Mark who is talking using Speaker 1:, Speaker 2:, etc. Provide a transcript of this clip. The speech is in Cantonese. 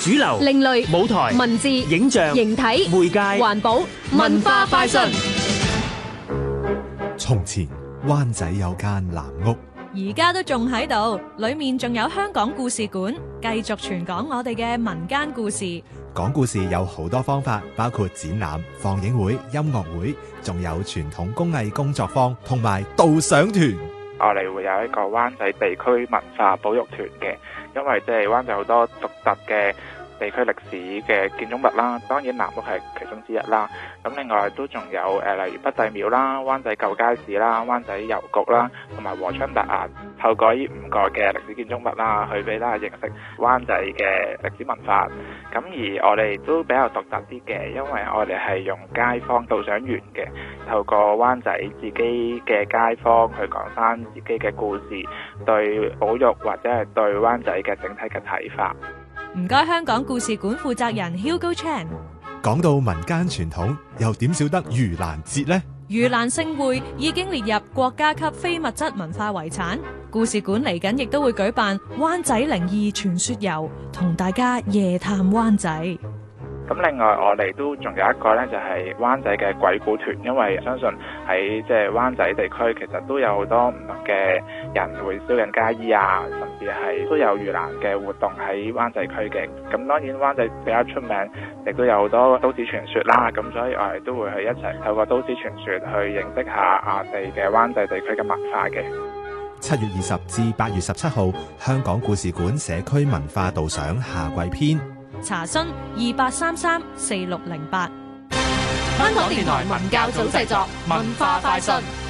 Speaker 1: 主流、
Speaker 2: 另類
Speaker 1: 舞台、
Speaker 2: 文字、
Speaker 1: 影像、
Speaker 2: 形體、
Speaker 1: 媒介、
Speaker 2: 環保、文化快訊。
Speaker 3: 從前灣仔有間藍屋，
Speaker 4: 而家都仲喺度，裏面仲有香港故事館，繼續傳講我哋嘅民間故事。
Speaker 3: 講故事有好多方法，包括展覽、放映會、音樂會，仲有傳統工藝工作坊同埋導賞團。
Speaker 5: 我哋會有一個灣仔地區文化保育團嘅，因為即係灣仔好多獨特嘅地區歷史嘅建築物啦，當然南屋係其中之一啦。咁另外都仲有誒、呃例如北帝廟啦、灣仔舊街市啦、灣仔郵局啦，同埋和昌達雅。透過呢五個嘅歷史建築物啦，去俾大家認識灣仔嘅歷史文化。咁而我哋都比較獨特啲嘅，因為我哋係用街坊導賞員嘅，透過灣仔自己嘅街坊去講翻自己嘅故事，對保育或者係對灣仔嘅整體嘅睇法。
Speaker 4: 唔該，香港故事館負責人 Hugo Chan。
Speaker 3: 講到民間傳統，又點少得盂蘭節呢？
Speaker 4: 盂蘭盛會已經列入國家級非物質文化遺產。故事館嚟緊亦都會舉辦灣仔靈異傳說遊，同大家夜探灣仔。
Speaker 5: 咁另外我哋都仲有一個呢，就係灣仔嘅鬼故團，因為相信喺即係灣仔地區，其實都有好多唔同嘅人會燒緊街衣啊，甚至係都有盂蘭嘅活動喺灣仔區嘅。啊咁當然灣仔比較出名，亦都有好多都市傳說啦。咁所以我哋都會去一齊透過都市傳說去認識下我哋嘅灣仔地區嘅文化嘅。
Speaker 3: 七月二十至八月十七號，香港故事館社區文化導賞夏季篇。
Speaker 4: 查詢二八三三四六零八。
Speaker 2: 香港電台文教組製作，文化快訊。